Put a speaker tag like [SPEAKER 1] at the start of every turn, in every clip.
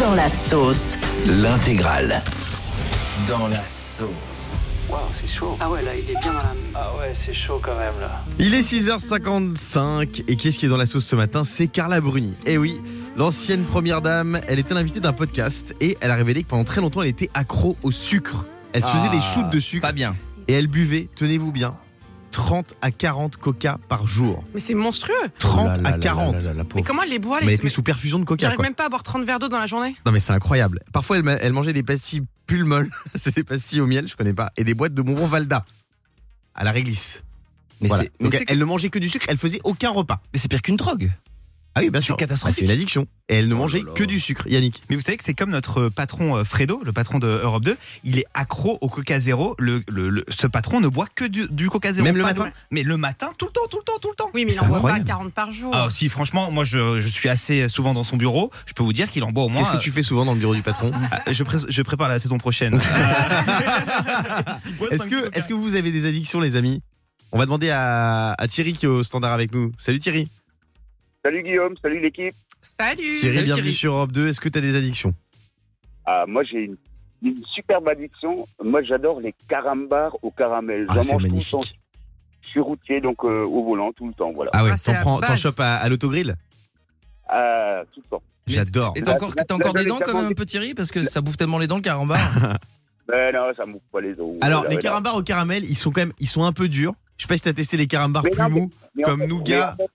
[SPEAKER 1] Dans la sauce.
[SPEAKER 2] L'intégrale. Dans la sauce.
[SPEAKER 3] Waouh, c'est chaud.
[SPEAKER 4] Ah ouais, là, il est bien dans la.
[SPEAKER 3] Ah ouais, c'est chaud quand même là.
[SPEAKER 5] Il est 6h55 et qu'est-ce qui est dans la sauce ce matin C'est Carla Bruni. Eh oui, l'ancienne première dame, elle était l'invitée d'un podcast et elle a révélé que pendant très longtemps elle était accro au sucre. Elle se faisait
[SPEAKER 2] Ah,
[SPEAKER 5] des shoots de sucre
[SPEAKER 2] Pas bien.
[SPEAKER 5] et elle buvait, tenez-vous bien, 30 à 40 coca par jour.
[SPEAKER 4] Mais c'est monstrueux.
[SPEAKER 5] 30
[SPEAKER 2] Oh là là
[SPEAKER 5] à
[SPEAKER 2] là
[SPEAKER 5] 40.
[SPEAKER 2] là là là,
[SPEAKER 4] Mais
[SPEAKER 2] pauvre.
[SPEAKER 4] comment elle les boit
[SPEAKER 5] Mais
[SPEAKER 4] les
[SPEAKER 5] elle était sous perfusion de coca.
[SPEAKER 4] J'arrive
[SPEAKER 5] quoi.
[SPEAKER 4] même pas à boire 30 verres d'eau dans la journée.
[SPEAKER 5] Non mais c'est incroyable. Parfois elle, ma- elle mangeait des pastilles pulmol, c'est des pastilles au miel, je connais pas, et des boîtes de bonbons Valda à la réglisse.
[SPEAKER 2] Mais
[SPEAKER 5] Voilà.
[SPEAKER 2] c'est- mais
[SPEAKER 5] Donc
[SPEAKER 2] c'est
[SPEAKER 5] elle, elle ne mangeait que du sucre, elle faisait aucun repas.
[SPEAKER 2] mais c'est pire qu'une drogue.
[SPEAKER 5] Ah oui, bien
[SPEAKER 2] sûr.
[SPEAKER 5] catastrophique. c'est une addiction. Et elle ne mangeait que du sucre, Yannick.
[SPEAKER 6] Mais vous savez que c'est comme notre patron euh, Fredo, le patron de Europe 2, il est accro au Coca Zéro. Le, le- le- ce patron ne boit que du, du Coca Zéro.
[SPEAKER 5] Même le
[SPEAKER 6] pas de-
[SPEAKER 5] matin
[SPEAKER 6] Mais le matin, tout le temps, tout le temps, tout le temps.
[SPEAKER 4] Oui, mais il
[SPEAKER 5] C'est
[SPEAKER 4] en boit pas
[SPEAKER 5] incroyable.
[SPEAKER 4] 40 par jour.
[SPEAKER 6] Ah si, franchement, moi je, je suis assez souvent dans son bureau. Je peux vous dire qu'il en boit au moins.
[SPEAKER 5] Qu'est-ce que tu fais souvent dans le bureau du patron
[SPEAKER 6] euh, ah, je, pré- je prépare la saison prochaine.
[SPEAKER 5] Est-ce que, est que vous avez des addictions, les amis On va demander à, à Thierry qui est au standard avec nous. Salut Thierry.
[SPEAKER 7] Salut Guillaume, salut l'équipe.
[SPEAKER 4] Salut.
[SPEAKER 5] Thierry,
[SPEAKER 4] Salut,
[SPEAKER 5] bienvenue sur Europe 2. Est-ce que tu as des addictions
[SPEAKER 7] Ah, moi, j'ai une, une superbe addiction. Moi, j'adore les carambars au caramel.
[SPEAKER 5] Ah,
[SPEAKER 7] J'en
[SPEAKER 5] c'est
[SPEAKER 7] mange tout le
[SPEAKER 5] magnifique.
[SPEAKER 7] temps. Je suis routier, donc euh, au volant tout le temps, voilà.
[SPEAKER 5] Ah ouais,
[SPEAKER 4] Ah, c'est
[SPEAKER 5] t'en
[SPEAKER 4] la
[SPEAKER 5] prends, t'en
[SPEAKER 4] base.
[SPEAKER 5] chopes à, à l'autogrill
[SPEAKER 7] Ah, tout le temps.
[SPEAKER 2] Mais-
[SPEAKER 5] J'adore.
[SPEAKER 2] Et t'as encore,
[SPEAKER 7] La-
[SPEAKER 2] t'as encore
[SPEAKER 7] la-
[SPEAKER 2] des dents
[SPEAKER 7] la-
[SPEAKER 2] quand même un peu Thierry parce que ça bouffe tellement les dents le
[SPEAKER 5] Ah,
[SPEAKER 2] carambar.
[SPEAKER 7] Ben non, ça m'ouvre pas les os.
[SPEAKER 5] Alors,
[SPEAKER 7] Voilà,
[SPEAKER 5] les
[SPEAKER 7] voilà.
[SPEAKER 5] carambars au caramel, ils sont quand même ils sont un peu durs. Je sais pas si t'as testé les carambars
[SPEAKER 7] Mais
[SPEAKER 5] plus
[SPEAKER 7] non, mais-
[SPEAKER 5] mous
[SPEAKER 7] Mais en
[SPEAKER 5] comme
[SPEAKER 7] fait-
[SPEAKER 5] nougat
[SPEAKER 7] mais en fait-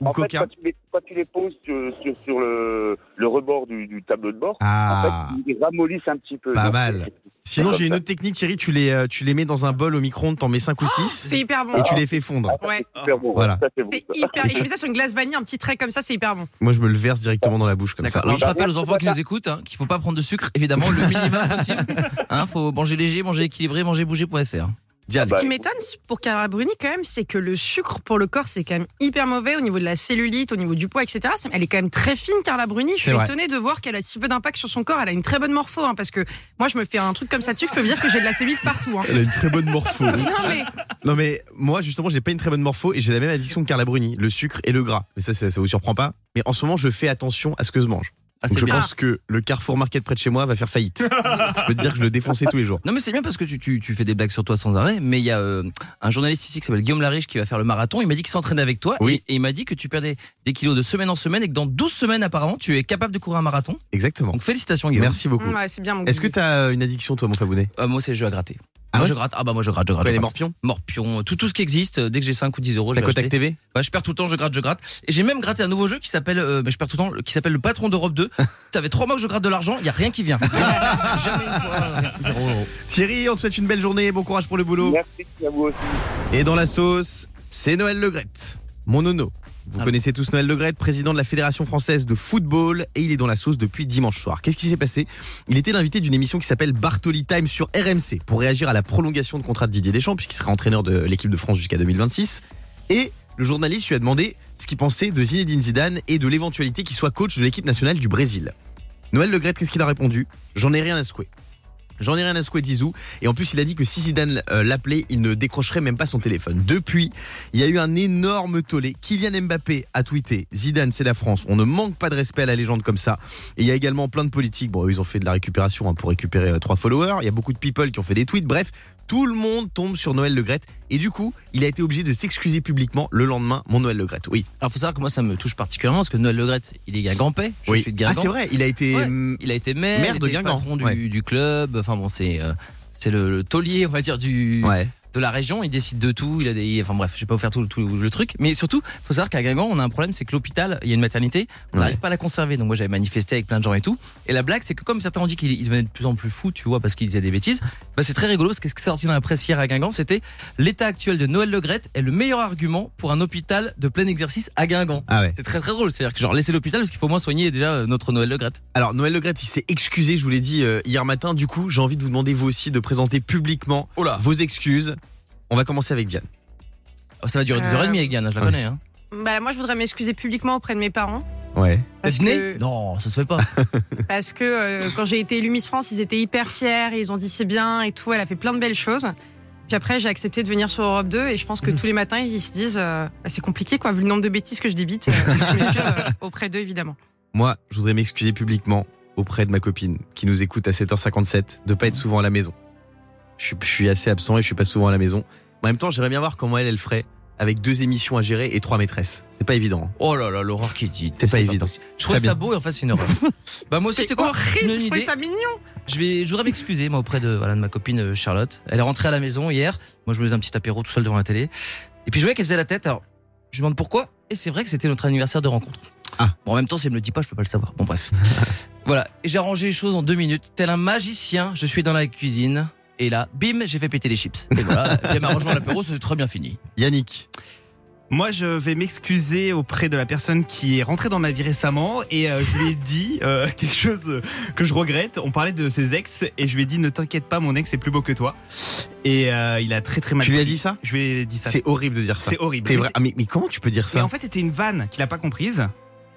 [SPEAKER 5] ou
[SPEAKER 7] en fait,
[SPEAKER 5] coca.
[SPEAKER 7] quand, tu les, quand tu les poses sur, sur- sur le, le rebord du, du tableau de bord,
[SPEAKER 5] Ah,
[SPEAKER 7] en fait, ils ramollissent un petit peu.
[SPEAKER 5] Pas
[SPEAKER 7] Donc,
[SPEAKER 5] mal.
[SPEAKER 7] c'est-
[SPEAKER 5] sinon j'ai une autre technique Thierry, tu les, euh, tu les mets dans un bol au micro-ondes, t'en mets 5 ou 6
[SPEAKER 4] C'est hyper bon.
[SPEAKER 5] et tu les fais fondre.
[SPEAKER 7] c'est
[SPEAKER 4] Ouais.
[SPEAKER 7] super bon,
[SPEAKER 5] Voilà.
[SPEAKER 7] ça, c'est bon,
[SPEAKER 4] C'est
[SPEAKER 7] ça.
[SPEAKER 4] hyper. Et je mets ça sur une glace vanille, un petit trait comme ça, c'est hyper bon.
[SPEAKER 5] Moi je me le verse directement dans la bouche comme ça.
[SPEAKER 2] D'accord. Alors je
[SPEAKER 7] bah,
[SPEAKER 2] rappelle aux
[SPEAKER 7] bah,
[SPEAKER 2] enfants qui
[SPEAKER 7] bah,
[SPEAKER 2] nous écoutent hein, qu'il faut pas prendre de sucre, évidemment, le minimum possible. Hein, faut manger léger, manger équilibré, manger bouger.fr.
[SPEAKER 5] Diane,
[SPEAKER 4] Ce qui m'étonne pour Carla Bruni, quand même, c'est que le sucre pour le corps, c'est quand même hyper mauvais au niveau de la cellulite, au niveau du poids, etc. C'est- Elle est quand même très fine, Carla Bruni. Je
[SPEAKER 5] C'est
[SPEAKER 4] suis
[SPEAKER 5] vrai.
[SPEAKER 4] étonnée de voir qu'elle a si peu d'impact sur son corps. Elle a une très bonne morpho, hein, parce que moi, je me fais un truc comme ça dessus, je peux me dire que j'ai de la cellulite partout. hein.
[SPEAKER 5] elle a une très bonne morpho.
[SPEAKER 4] Non, mais
[SPEAKER 5] Non mais moi justement j'ai pas une très bonne morpho et j'ai la même addiction que Carla Bruni, le sucre et le gras. Mais ça, ça ça vous surprend pas Mais en ce moment je fais attention à ce que je mange.
[SPEAKER 2] Ah,
[SPEAKER 5] Donc,
[SPEAKER 2] c'est
[SPEAKER 5] je
[SPEAKER 2] bien.
[SPEAKER 5] pense que le Carrefour Market près de chez moi va faire faillite. je peux te dire que je le défonçais tous les jours.
[SPEAKER 2] Non mais c'est bien parce que tu, tu, tu fais des blagues sur toi sans arrêt, mais il y a euh, un journaliste ici qui s'appelle Guillaume Lariche qui va faire le marathon, il m'a dit qu'il s'entraînait avec toi
[SPEAKER 5] Oui.
[SPEAKER 2] et, et il m'a dit que tu perdais des kilos de semaine en semaine et que dans 12 semaines apparemment tu es capable de courir un marathon.
[SPEAKER 5] Exactement.
[SPEAKER 2] Donc félicitations Guillaume.
[SPEAKER 5] Merci beaucoup.
[SPEAKER 4] ouais, c'est bien mon
[SPEAKER 5] Est-ce que
[SPEAKER 2] mmh.
[SPEAKER 4] goût.
[SPEAKER 5] t'as euh, une addiction toi mon Fabounet
[SPEAKER 2] Euh, moi c'est le jeu à gratter.
[SPEAKER 5] Ah
[SPEAKER 2] moi
[SPEAKER 5] ouais
[SPEAKER 2] je gratte, ah bah moi je gratte, je gratte.
[SPEAKER 5] Toi
[SPEAKER 2] je
[SPEAKER 5] les
[SPEAKER 2] gratte.
[SPEAKER 5] morpions
[SPEAKER 2] Morpion, tout, tout ce qui existe, euh, dès que j'ai 5 ou 10 euros,
[SPEAKER 5] La
[SPEAKER 2] je vais
[SPEAKER 5] Kodak
[SPEAKER 2] acheter.
[SPEAKER 5] TV
[SPEAKER 2] Ouais, je perds tout le temps, je gratte, je gratte. Et j'ai même gratté un nouveau jeu qui s'appelle, euh, mais je perds tout le temps, qui s'appelle le patron d'Europe 2. Ça fait trois mois que je gratte de l'argent, il y a rien qui vient. Jamais une fois, rien, zéro euro.
[SPEAKER 5] Thierry, on te souhaite une belle journée, bon courage pour le boulot.
[SPEAKER 7] Merci à vous aussi.
[SPEAKER 5] Et dans la sauce, c'est Noël Legrette, mon nono. Vous
[SPEAKER 2] Ah.
[SPEAKER 5] connaissez tous Noël Legrette, président de la Fédération française de football, et il est dans la sauce depuis dimanche soir. Qu'est-ce qui s'est passé Il était l'invité d'une émission qui s'appelle Bartoli Time sur RMC pour réagir à la prolongation de contrat de Didier Deschamps, puisqu'il sera entraîneur de l'équipe de France jusqu'à 2026. Et le journaliste lui a demandé ce qu'il pensait de Zinedine Zidane et de l'éventualité qu'il soit coach de l'équipe nationale du Brésil. Noël Legrette, qu'est-ce qu'il a répondu J'en ai rien à secouer. J'en ai rien à secouer, Zizou. Et en plus, il a dit que si Zidane euh, l'appelait, il ne décrocherait même pas son téléphone. Depuis, il y a eu un énorme tollé. Kylian Mbappé a tweeté Zidane, c'est la France. On ne manque pas de respect à la légende comme ça. Et il y a également plein de politiques. Bon, eux, ils ont fait de la récupération hein, pour récupérer euh, trois followers. Il y a beaucoup de people qui ont fait des tweets. Bref, tout le monde tombe sur Noël Legrette. Et du coup, il a été obligé de s'excuser publiquement le lendemain. Mon Noël Legrette, oui.
[SPEAKER 2] Alors faut savoir que moi ça me touche particulièrement parce que Noël Legrette, il est guingampais, je
[SPEAKER 5] oui.
[SPEAKER 2] suis de
[SPEAKER 5] ah,
[SPEAKER 2] Guingamp.
[SPEAKER 5] c'est vrai, il a été.
[SPEAKER 2] Ouais.
[SPEAKER 5] hum,
[SPEAKER 2] il a été maire,
[SPEAKER 5] Maire
[SPEAKER 2] il
[SPEAKER 5] de
[SPEAKER 2] était
[SPEAKER 5] Guingamp,
[SPEAKER 2] patron du,
[SPEAKER 5] ouais.
[SPEAKER 2] du club. Enfin bon, c'est euh, c'est le, le taulier, on va dire, du,
[SPEAKER 5] Ouais.
[SPEAKER 2] de la région. Il décide de tout. Il a des, enfin bref, je vais pas vous faire tout, le- tout le truc. Mais surtout, faut savoir qu'à Guingamp, on a un problème, c'est que l'hôpital, il y a une maternité, on
[SPEAKER 5] Ouais.
[SPEAKER 2] n'arrive pas à la conserver. Donc moi, j'avais manifesté avec plein de gens et tout. Et la blague, c'est que comme certains ont dit qu'il il devenait de plus en plus fou, tu vois, parce qu'il disait des bêtises, bah, c'est très rigolo parce que ce qui est sorti dans la presse hier à Guingamp, c'était l'état actuel de Noël Legrette est le meilleur argument pour un hôpital de plein exercice à Guingamp.
[SPEAKER 5] Ah ouais.
[SPEAKER 2] C'est très très drôle, c'est-à-dire que genre laissez l'hôpital parce qu'il faut au moins soigner déjà euh, notre Noël Legrette.
[SPEAKER 5] Alors Noël Legrette, il s'est excusé, je vous l'ai dit euh, hier matin. Du coup, j'ai envie de vous demander vous aussi de présenter publiquement
[SPEAKER 2] Oh là,
[SPEAKER 5] vos excuses. On va commencer avec Diane.
[SPEAKER 2] ça va durer 2
[SPEAKER 4] Euh,
[SPEAKER 2] heures et demie avec Diane, je la
[SPEAKER 5] ouais.
[SPEAKER 2] connais. Hein.
[SPEAKER 4] Bah, moi, je voudrais m'excuser publiquement auprès de mes parents.
[SPEAKER 5] Ouais.
[SPEAKER 2] T'as
[SPEAKER 4] Parce
[SPEAKER 2] dîné
[SPEAKER 4] que,
[SPEAKER 2] Non, ça se fait pas.
[SPEAKER 4] parce que euh, quand j'ai été élue Miss France, ils étaient hyper fiers, ils ont dit c'est bien et tout, elle a fait plein de belles choses. Puis après, j'ai accepté de venir sur Europe 2 et je pense que
[SPEAKER 2] Mhm.
[SPEAKER 4] tous les matins, ils se disent euh, Bah, c'est compliqué quoi, vu le nombre de bêtises que je débite. euh, je m'excuse euh, auprès d'eux évidemment.
[SPEAKER 5] Moi, je voudrais m'excuser publiquement auprès de ma copine qui nous écoute à 7h57 de
[SPEAKER 6] Mmh.
[SPEAKER 5] pas être souvent à la maison. Je suis, je suis assez absent et je suis pas souvent à la maison. Mais en même temps, j'aimerais bien voir comment elle, elle ferait avec deux émissions à gérer et trois maîtresses. C'est pas évident. hein.
[SPEAKER 2] Oh là là, l'horreur qui dit.
[SPEAKER 5] C'est pas évident.
[SPEAKER 2] possible. Je trouvais
[SPEAKER 5] Très bien.
[SPEAKER 2] ça beau et en fait, c'est une horreur. bah, moi aussi, tu sais quoi Je me
[SPEAKER 4] horrible,
[SPEAKER 2] donne
[SPEAKER 4] je
[SPEAKER 2] une
[SPEAKER 4] trouvais
[SPEAKER 2] idée.
[SPEAKER 4] ça mignon.
[SPEAKER 2] Je, vais, je voudrais m'excuser, moi, auprès de, voilà, de ma copine euh, Charlotte. Elle est rentrée à la maison hier. Moi, je me faisais un petit apéro tout seul devant la télé. Et puis, je voyais qu'elle faisait la tête. Alors, je me demande pourquoi. Et c'est vrai que c'était notre anniversaire de rencontre.
[SPEAKER 5] Ah.
[SPEAKER 2] Bon, en même temps, si elle me le dit pas, je peux pas le savoir. Bon, bref. voilà. Et j'ai arrangé les choses en deux minutes. Tel un magicien, je suis dans la cuisine. Et là, bim, j'ai fait péter les chips. Et voilà. Et elle m'a rejoint à l'apéro, c'est très bien fini.
[SPEAKER 5] Yannick,
[SPEAKER 6] Moi, je vais m'excuser auprès de la personne qui est rentrée dans ma vie récemment et euh, je lui ai dit euh, quelque chose que je regrette. On parlait de ses ex et je lui ai dit ne t'inquiète pas, mon ex est plus beau que toi. Et euh, il a très très mal.
[SPEAKER 5] tu lui as
[SPEAKER 6] pris.
[SPEAKER 5] dit ça
[SPEAKER 6] Je lui ai dit ça.
[SPEAKER 5] C'est horrible de dire ça.
[SPEAKER 6] C'est horrible.
[SPEAKER 5] T'es
[SPEAKER 6] Mais
[SPEAKER 5] vrai- Ah, mais, mais comment tu peux dire
[SPEAKER 6] c'est- mais
[SPEAKER 5] ça
[SPEAKER 6] en fait, c'était une vanne qu'il a pas comprise.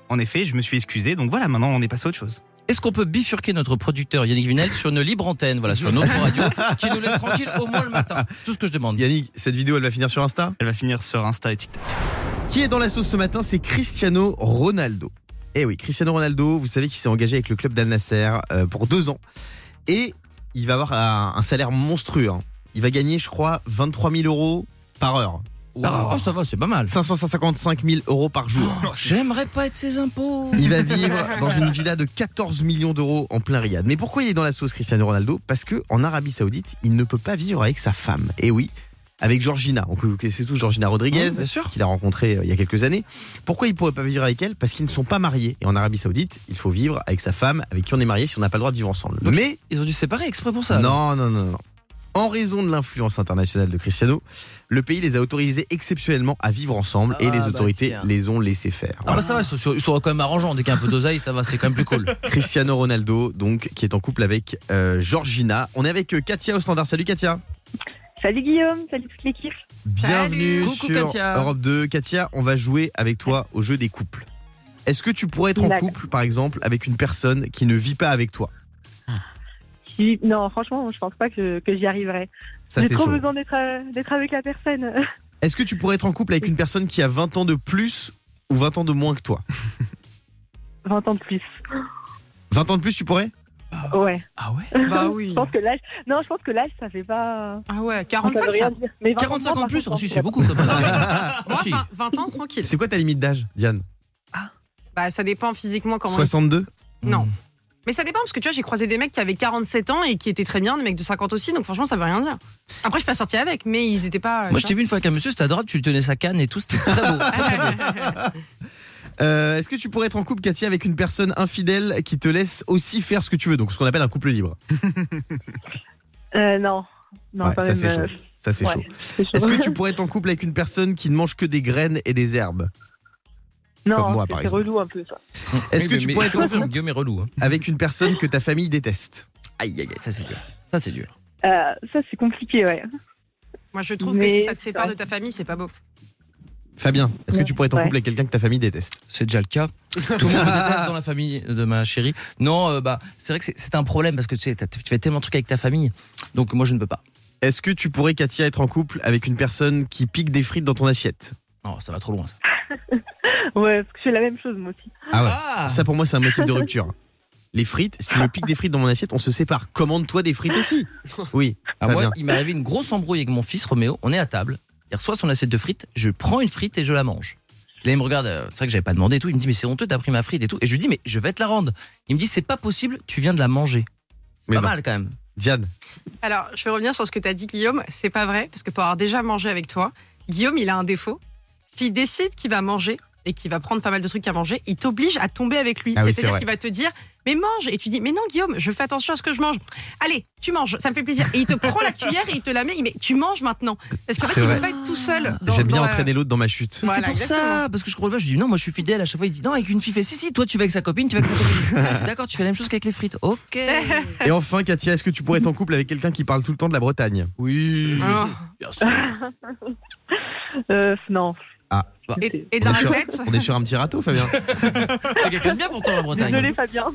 [SPEAKER 6] En effet, je me suis excusé. Donc voilà, maintenant on est passé à autre chose.
[SPEAKER 2] Est-ce qu'on peut bifurquer notre producteur Yannick Vinel sur une libre antenne, voilà, sur une autre radio, qui nous laisse tranquille au moins le matin C'est tout ce que je demande.
[SPEAKER 5] Yannick, cette vidéo, elle va finir sur Insta
[SPEAKER 6] Elle va finir sur Insta et TikTok.
[SPEAKER 5] Qui est dans la sauce ce matin C'est Cristiano Ronaldo. Eh oui, Cristiano Ronaldo, vous savez qu'il s'est engagé avec le club d'Al Nasser euh, pour deux ans. Et il va avoir un, un salaire monstrueux. hein. Il va gagner, je crois, 23 000 euros par heure. Oh,
[SPEAKER 2] Ah, oh, ça va, c'est pas mal.
[SPEAKER 5] 555 000 euros par jour.
[SPEAKER 2] J'aimerais pas être ses impôts.
[SPEAKER 5] Il va vivre dans une villa de 14 millions d'euros en plein Riyad. Mais pourquoi il est dans la sauce Cristiano Ronaldo Parce que en Arabie Saoudite, il ne peut pas vivre avec sa femme. Et oui, avec Georgina. Donc, vous connaissez tous Georgina Rodriguez,
[SPEAKER 2] bien sûr.
[SPEAKER 5] qu'il a rencontrée euh, il y a quelques années. Pourquoi il ne pourrait pas vivre avec elle Parce qu'ils ne sont pas mariés. Et en Arabie Saoudite, il faut vivre avec sa femme, avec qui on est marié, si on n'a pas le droit de vivre ensemble.
[SPEAKER 2] Donc,
[SPEAKER 5] Mais
[SPEAKER 2] Ils ont dû se séparer exprès pour ça.
[SPEAKER 5] non, non, non, non. En raison de l'influence internationale de Cristiano, le pays les a autorisés exceptionnellement à vivre ensemble et
[SPEAKER 2] Ah,
[SPEAKER 5] les
[SPEAKER 2] bah,
[SPEAKER 5] autorités
[SPEAKER 2] tiens.
[SPEAKER 5] les ont laissés faire.
[SPEAKER 2] Ah
[SPEAKER 5] Voilà.
[SPEAKER 2] bah ça va, ils sont, sur- ils sont quand même arrangeants. Dès qu'il y a un peu d'oseille, ça va, c'est quand même plus cool.
[SPEAKER 5] Cristiano Ronaldo, donc, qui est en couple avec euh, Georgina. On est avec euh, Katia au standard. Salut Katia.
[SPEAKER 8] Salut Guillaume, salut toute l'équipe.
[SPEAKER 5] Bienvenue
[SPEAKER 2] Coucou,
[SPEAKER 5] sur
[SPEAKER 2] Katia.
[SPEAKER 5] Europe 2. Katia, on va jouer avec toi au jeu des couples. Est-ce que tu pourrais être en
[SPEAKER 8] D'accord.
[SPEAKER 5] couple, par exemple, avec une personne qui ne vit pas avec toi
[SPEAKER 8] Je suis- Non, franchement, je pense pas que, que j'y arriverai.
[SPEAKER 5] Ça,
[SPEAKER 8] J'ai
[SPEAKER 5] c'est
[SPEAKER 8] trop
[SPEAKER 5] chaud.
[SPEAKER 8] besoin d'être euh, d'être avec la personne.
[SPEAKER 5] Est-ce que tu pourrais être en couple avec une personne qui a 20 ans de plus ou 20 ans de moins que toi
[SPEAKER 8] 20 ans de plus.
[SPEAKER 5] 20 ans de plus, tu pourrais
[SPEAKER 8] Ouais.
[SPEAKER 6] Ah ouais
[SPEAKER 4] Bah oui.
[SPEAKER 8] Je pense que l'âge. Non, je pense que l'âge, ça fait pas.
[SPEAKER 4] Ah ouais,
[SPEAKER 8] ça veut
[SPEAKER 4] 45
[SPEAKER 8] rien
[SPEAKER 4] ça.
[SPEAKER 8] dire. Mais 20 ans,
[SPEAKER 2] 45 ans de
[SPEAKER 8] par
[SPEAKER 2] plus,
[SPEAKER 8] contre,
[SPEAKER 2] oh, si,
[SPEAKER 8] ça-
[SPEAKER 2] c'est beaucoup. quand même. Ah,
[SPEAKER 4] Moi,
[SPEAKER 2] si.
[SPEAKER 4] 20, 20 ans tranquille.
[SPEAKER 5] C'est quoi ta limite d'âge, Diane
[SPEAKER 4] Bah ça dépend physiquement comment.
[SPEAKER 5] 62
[SPEAKER 4] Non. Mais ça dépend parce que tu vois, j'ai croisé des mecs qui avaient 47 ans et qui étaient très bien, des mecs de 50 aussi, donc franchement ça veut rien dire. Après je suis pas sortie avec, mais ils étaient pas.
[SPEAKER 2] Moi, je t'ai vu une fois avec un monsieur, c'était adorable, tu lui tenais sa canne et tout, c'était très beau. très, très beau.
[SPEAKER 5] Euh, Est-ce que tu pourrais être en couple, Katia, avec une personne infidèle qui te laisse aussi faire ce que tu veux Donc, ce qu'on appelle un couple libre.
[SPEAKER 8] Euh, non. Non,
[SPEAKER 5] Ouais,
[SPEAKER 8] quand
[SPEAKER 5] ça,
[SPEAKER 8] même.
[SPEAKER 5] c'est
[SPEAKER 8] euh,
[SPEAKER 5] chaud. Ça, c'est
[SPEAKER 8] ouais,
[SPEAKER 5] chaud.
[SPEAKER 8] c'est chaud.
[SPEAKER 5] Est-ce que tu pourrais être en couple avec une personne qui ne mange que des graines et des herbes
[SPEAKER 8] Non,
[SPEAKER 5] comme moi,
[SPEAKER 8] c'est-
[SPEAKER 5] par
[SPEAKER 8] c'est
[SPEAKER 5] exemple.
[SPEAKER 8] relou un peu ça.
[SPEAKER 5] Est-ce que
[SPEAKER 2] Mais-
[SPEAKER 5] tu
[SPEAKER 2] mais-
[SPEAKER 5] pourrais
[SPEAKER 2] je
[SPEAKER 5] être en
[SPEAKER 2] confirme, Guillaume est relou. hein.
[SPEAKER 5] avec une personne que ta famille déteste
[SPEAKER 2] Aïe, aïe, aïe, ça c'est dur. Ça c'est dur.
[SPEAKER 8] Euh, ça, c'est compliqué, ouais.
[SPEAKER 4] Moi je trouve que
[SPEAKER 8] Mais-
[SPEAKER 4] si ça te sépare de ta famille, c'est pas beau.
[SPEAKER 5] Fabien, est-ce que
[SPEAKER 8] Ouais.
[SPEAKER 5] tu pourrais être en
[SPEAKER 8] Ouais.
[SPEAKER 5] couple avec quelqu'un que ta famille déteste
[SPEAKER 2] C'est déjà le cas. Tout le monde me déteste dans la famille de ma chérie. Non, euh, bah, c'est vrai que c'est- c'est un problème parce que tu sais, t'as- tu fais tellement de trucs avec ta famille. Donc moi, je ne peux pas.
[SPEAKER 5] Est-ce que tu pourrais, Katia, être en couple avec une personne qui pique des frites dans ton assiette
[SPEAKER 2] Non, ça va trop loin. Ça.
[SPEAKER 8] Ouais, parce que je fais la même chose, moi aussi.
[SPEAKER 5] Ah ouais.
[SPEAKER 6] Ah
[SPEAKER 5] Ça, pour moi, c'est un motif de rupture. Les frites, si tu me piques des frites dans mon assiette, on se sépare. Commande-toi des frites aussi. Oui,
[SPEAKER 2] Ah,
[SPEAKER 5] Fabien.
[SPEAKER 2] moi, il m'est arrivé une grosse embrouille avec mon fils Roméo. On est à table. Il reçoit son assiette de frites. Je prends une frite et je la mange. Là, il me regarde. euh, C'est vrai que j'avais pas demandé et tout. Il me dit, mais c'est honteux, t'as pris ma frite et tout. Et je lui dis, mais je vais te la rendre. Il me dit, c'est pas possible, tu viens de la manger. C'est
[SPEAKER 5] Mais
[SPEAKER 2] pas
[SPEAKER 5] non.
[SPEAKER 2] mal quand même.
[SPEAKER 5] Diane,
[SPEAKER 4] Alors je vais revenir sur ce que t'as dit Guillaume, c'est pas vrai, parce que pour avoir déjà mangé avec toi, Guillaume il a un défaut. S'il décide qu'il va manger et qu'il va prendre pas mal de trucs à manger, il t'oblige à tomber avec lui.
[SPEAKER 5] Ah oui, c'est
[SPEAKER 4] C'est-à-dire
[SPEAKER 5] vrai.
[SPEAKER 4] qu'il va te dire, mais mange Et tu dis, mais non Guillaume, je fais attention à ce que je mange. Allez, tu manges, ça me fait plaisir. Et il te prend la cuillère et il te la met, il dit, mais tu manges maintenant. Parce qu'en
[SPEAKER 5] C'est
[SPEAKER 4] fait, il
[SPEAKER 5] vrai.
[SPEAKER 4] veut pas être tout seul. dans-
[SPEAKER 5] j'aime bien
[SPEAKER 4] dans la-
[SPEAKER 5] entraîner l'autre dans ma chute.
[SPEAKER 4] Voilà,
[SPEAKER 2] c'est pour
[SPEAKER 4] exactement.
[SPEAKER 2] ça, parce que je comprends pas. Je lui dis non, moi je suis fidèle. À chaque fois, il dit non, avec une fille. Il fait si, si, toi tu vas avec sa copine, tu vas avec sa copine. D'accord, tu fais la même chose qu'avec les frites. Ok.
[SPEAKER 5] Et enfin, Katia, est-ce que tu pourrais être en couple avec quelqu'un qui parle tout le temps de la Bretagne
[SPEAKER 2] Oui.
[SPEAKER 4] Alors,
[SPEAKER 2] Bien sûr.
[SPEAKER 8] Euh, non.
[SPEAKER 4] et, et de la
[SPEAKER 5] On est sûr.
[SPEAKER 4] raclette
[SPEAKER 5] Ah, bah, On est sur un petit râteau, Fabien.
[SPEAKER 2] C'est quelqu'un de bien pourtant la Bretagne.
[SPEAKER 8] Désolé, Fabien.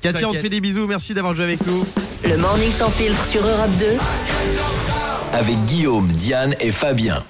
[SPEAKER 5] Katia, on te
[SPEAKER 2] T'inquiète.
[SPEAKER 5] fait des bisous. Merci d'avoir joué avec nous.
[SPEAKER 1] Le morning sans filtre sur Europe 2.
[SPEAKER 9] Avec Guillaume, Diane et Fabien.